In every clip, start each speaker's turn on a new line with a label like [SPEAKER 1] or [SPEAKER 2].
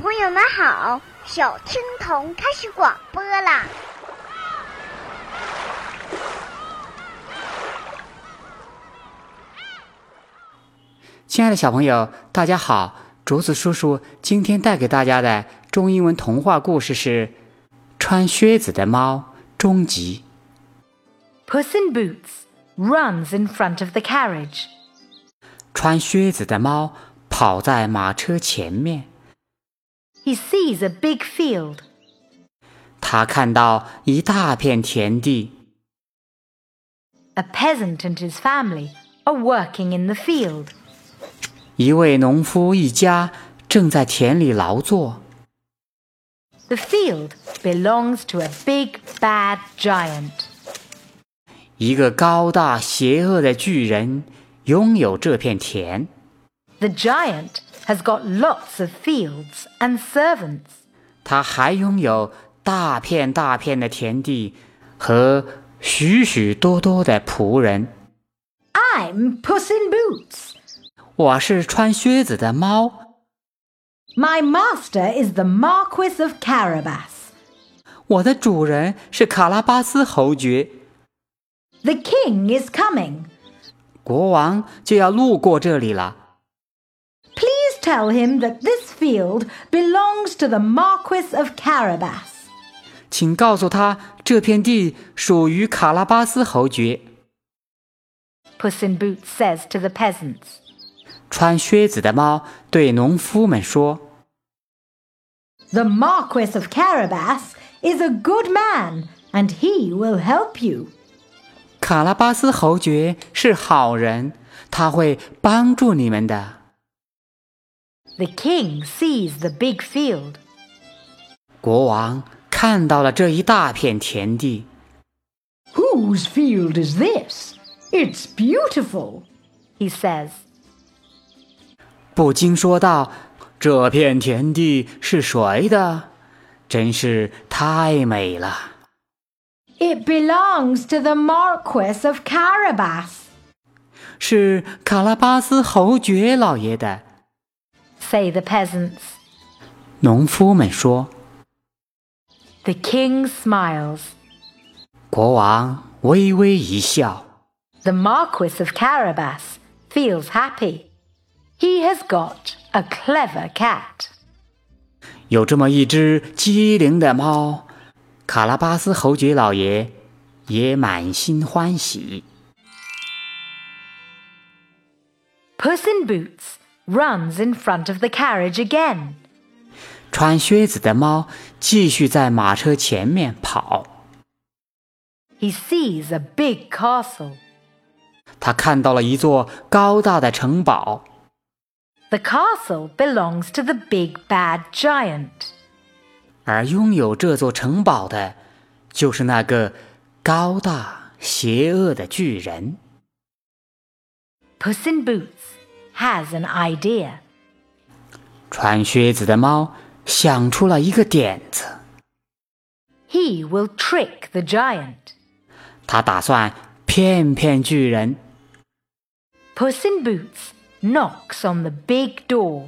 [SPEAKER 1] 朋友们好，小青铜开始广播啦！
[SPEAKER 2] 亲爱的小朋友，大家好！竹子叔叔今天带给大家的中英文童话故事是《穿靴子的猫》终极。
[SPEAKER 3] Puss in Boots runs in front of the carriage.
[SPEAKER 2] 穿靴子的猫跑在马车前面，
[SPEAKER 3] He sees a big field.
[SPEAKER 2] 它看到一大片田地，
[SPEAKER 3] A peasant and his family are working in the field.
[SPEAKER 2] 一位农夫一家正在田里劳作。
[SPEAKER 3] The field belongs to a big bad giant.
[SPEAKER 2] 一个高大邪恶的巨人拥有这片田，
[SPEAKER 3] The giant has got lots of fields and servants.
[SPEAKER 2] 他还拥有大片大片的田地和许许多多的仆人。
[SPEAKER 3] I'm Puss in Boots.
[SPEAKER 2] 我是穿靴子的猫，
[SPEAKER 3] My master is the Marquis of Carabas.
[SPEAKER 2] 我的主人是卡拉巴斯侯爵，
[SPEAKER 3] The king is coming.
[SPEAKER 2] 国王就要路过这里了。
[SPEAKER 3] Please tell him that this field belongs to the Marquis of Carabas.
[SPEAKER 2] 请告诉他，这片地属于卡拉巴斯侯爵。
[SPEAKER 3] Puss in Boots says to the peasants.
[SPEAKER 2] 穿靴子的猫对农夫们说
[SPEAKER 3] The Marquis of Carabas is a good man, and he will help you.：“
[SPEAKER 2] 卡拉巴斯侯爵是好人，他会帮助你们的。
[SPEAKER 3] The king sees the big field. ”
[SPEAKER 2] 国王看到了这一大片田地，
[SPEAKER 3] Whose field is this? It's beautiful, he says.
[SPEAKER 2] 不禁说道：“这片田地是谁的？真是太美了！
[SPEAKER 3] It belongs to the Marquis of Carabas,
[SPEAKER 2] 是卡拉巴斯侯爵老爷的。
[SPEAKER 3] say the peasants. ”
[SPEAKER 2] 农夫们说
[SPEAKER 3] The king smiles.：“
[SPEAKER 2] 国王微微一笑。”
[SPEAKER 3] The Marquis of Carabas feels happy. He has got a clever cat.
[SPEAKER 2] 有这么一只机灵的猫，卡拉巴斯侯爵老爷也满心欢喜。
[SPEAKER 3] Puss in Boots runs in front of the carriage again.
[SPEAKER 2] 穿靴子的猫继续在马车前面跑，
[SPEAKER 3] He sees a big castle.
[SPEAKER 2] 他看到了一座高大的城堡，
[SPEAKER 3] The castle belongs to the big bad giant.
[SPEAKER 2] 而拥有这座城堡的，就是那个高大邪恶的巨人。
[SPEAKER 3] Puss in Boots has an idea.
[SPEAKER 2] 穿靴子的猫想出了一个点子，
[SPEAKER 3] He will trick the giant.
[SPEAKER 2] 他打算骗骗巨人。
[SPEAKER 3] Puss in Boots knocks on the big door.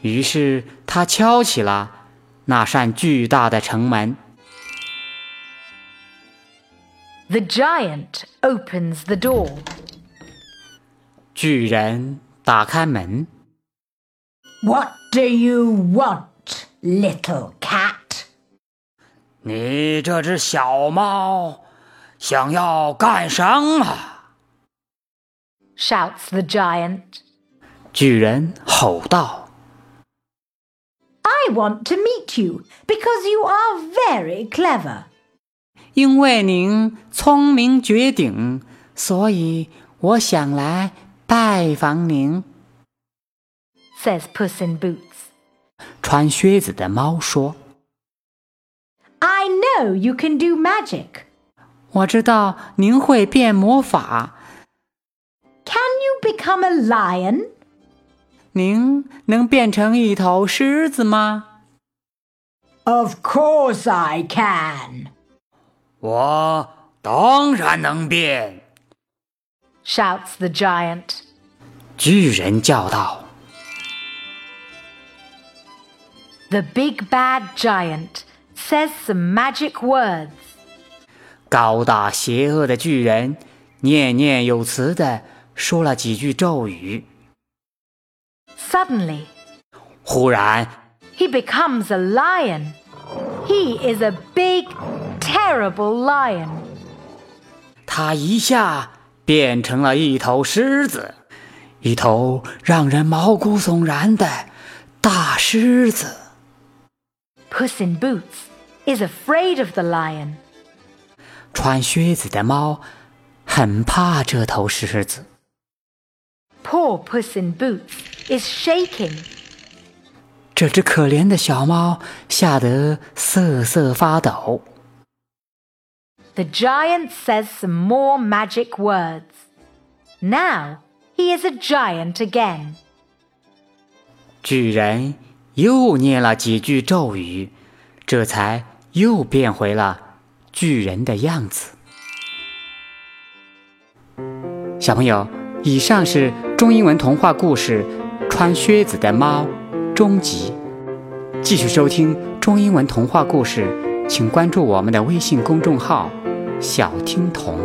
[SPEAKER 2] 于是他敲起了那扇巨大的城门，
[SPEAKER 3] The giant opens the door.
[SPEAKER 2] 巨人打开门，
[SPEAKER 3] What do you want, little cat?
[SPEAKER 2] 你这只小猫想要干什么？
[SPEAKER 3] shouts the giant.
[SPEAKER 2] 巨人吼道
[SPEAKER 3] I want to meet you because you are very clever,：“
[SPEAKER 2] 因为您聪明绝顶，所以我想来拜访您。
[SPEAKER 3] says Puss in Boots. ”
[SPEAKER 2] 穿靴子的猫说
[SPEAKER 3] I know you can do magic.：“
[SPEAKER 2] 我知道您会变魔法，
[SPEAKER 3] Can you become a lion?
[SPEAKER 2] 您能变成一头狮子吗？”
[SPEAKER 3] Of course I can,
[SPEAKER 2] 我当然能变！
[SPEAKER 3] shouts the giant.
[SPEAKER 2] 巨人叫道。
[SPEAKER 3] The big bad giant says some magic words.
[SPEAKER 2] 高大邪恶的巨人念念有词地说了几句咒语。
[SPEAKER 3] Suddenly,
[SPEAKER 2] 忽然，
[SPEAKER 3] he becomes a lion. He is a big, terrible lion.
[SPEAKER 2] 他一下变成了一头狮子，一头让人毛骨悚然的大狮子。
[SPEAKER 3] Puss in Boots is afraid of the lion.
[SPEAKER 2] 穿靴子的猫很怕这头狮子。
[SPEAKER 3] Poor Puss in Boots is shaking.
[SPEAKER 2] 这只可怜的小猫吓得瑟瑟发抖。
[SPEAKER 3] The giant says some more magic words. Now he is a giant again.
[SPEAKER 2] 巨人又念了几句咒语，这才又变回了巨人的样子。小朋友，以上是中英文童话故事《穿靴子的猫》终极。继续收听中英文童话故事，请关注我们的微信公众号“小听童”。